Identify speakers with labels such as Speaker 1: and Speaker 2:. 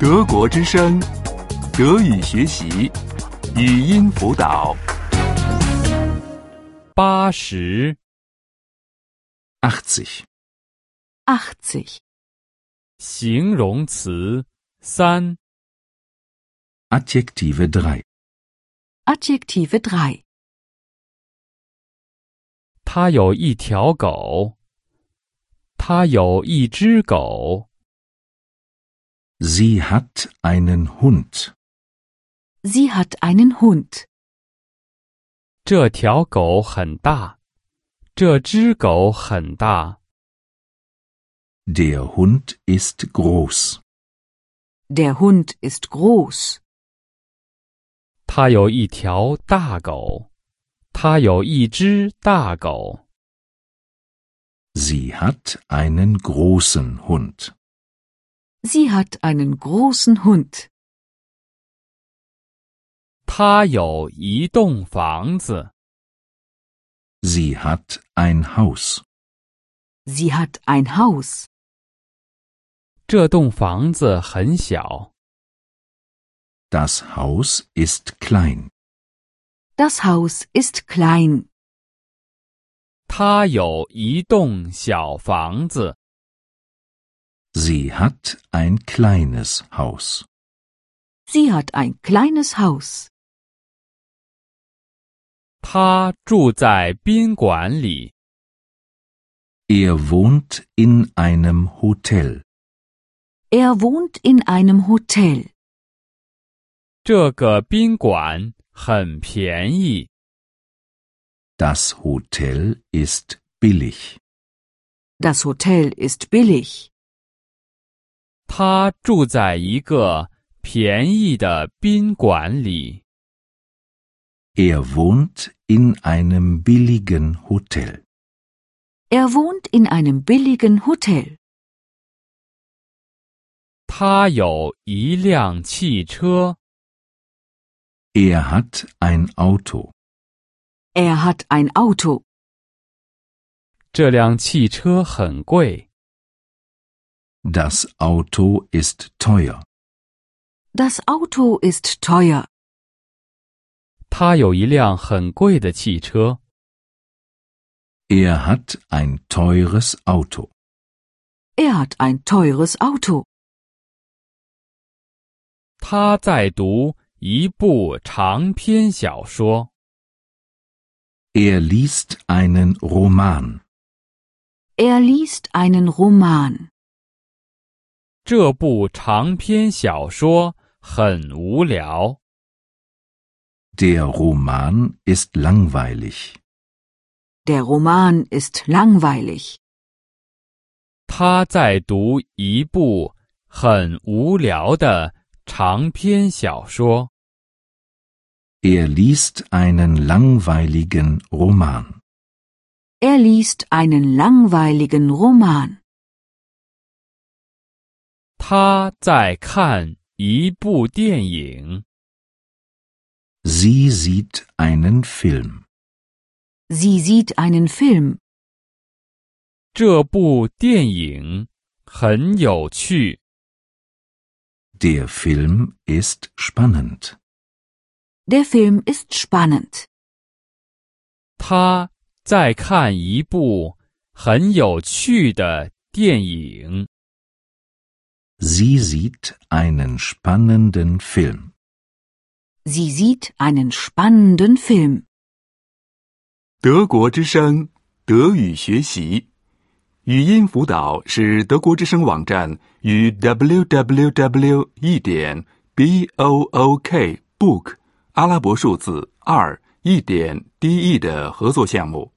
Speaker 1: 德国之声，德语学习，语音辅导。
Speaker 2: 八十，
Speaker 1: 80.
Speaker 3: 80.
Speaker 2: 形容词三，
Speaker 1: Adjektive 3.
Speaker 3: Adjektive 3.
Speaker 2: 他有一条狗，他有一只狗，
Speaker 1: Sie hat einen Hund.
Speaker 3: Sie hat einen Hund.
Speaker 2: 这条狗很大，这只狗很大，
Speaker 1: Der Hund ist groß.
Speaker 3: Der Hund ist groß.
Speaker 2: 他有一条大狗，他有一只大狗，
Speaker 1: Sie hat einen großen Hund.
Speaker 3: Sie hat einen großen Hund.
Speaker 2: 他有一栋房子，
Speaker 1: Sie hat ein Haus.
Speaker 3: Sie hat ein Haus.
Speaker 2: 这栋房子很小，
Speaker 1: Das Haus ist klein.
Speaker 3: Das Haus ist klein.
Speaker 2: 他有一栋小房子。
Speaker 1: Sie hat ein kleines Haus.
Speaker 3: Sie hat ein kleines Haus.
Speaker 2: 他住在宾馆里，
Speaker 1: Er wohnt in einem Hotel.
Speaker 3: Er wohnt in einem Hotel.
Speaker 2: 这个宾馆很便宜。
Speaker 1: Das Hotel ist billig.
Speaker 3: Das Hotel ist billig.
Speaker 2: 他住在一个便宜的宾馆里。
Speaker 1: Er wohnt in einem billigen Hotel.
Speaker 3: Er wohnt in einem billigen Hotel.
Speaker 2: 他有一辆汽车，
Speaker 1: Er hat ein Auto.
Speaker 3: Er hat ein Auto.
Speaker 2: 这辆汽车很贵。
Speaker 1: Das Auto ist teuer.
Speaker 3: Das Auto ist teuer.
Speaker 2: 他有一辆很贵的汽车，
Speaker 1: Er hat ein teures Auto.
Speaker 3: Er hat ein teures Auto.
Speaker 2: 他在读一部长篇小说。
Speaker 1: Er liest einen Roman.
Speaker 3: Er liest einen Roman.
Speaker 2: 这部长篇小说很无聊，
Speaker 1: Der Roman ist langweilig.
Speaker 3: Der Roman ist langweilig.
Speaker 2: 他在读一部很无聊的长篇小说。
Speaker 1: Er liest einen langweiligen Roman.
Speaker 3: Er liest einen langweiligen Roman.
Speaker 2: 他在看一部电影，
Speaker 1: Sie sieht einen Film.
Speaker 3: Sie sieht einen Film.
Speaker 2: 这部电影很有趣。
Speaker 1: Der Film ist spannend.
Speaker 3: Der Film ist spannend.
Speaker 2: 他在看一部很有趣的电影。
Speaker 1: Sie sieht einen spannenden Film.
Speaker 3: Sie sieht einen spannenden Film.
Speaker 1: 德国之声，德语学习，语音辅导是德国之声网站与 www. 一点 b o o k book 阿拉伯数字二一点 d e 的合作项目。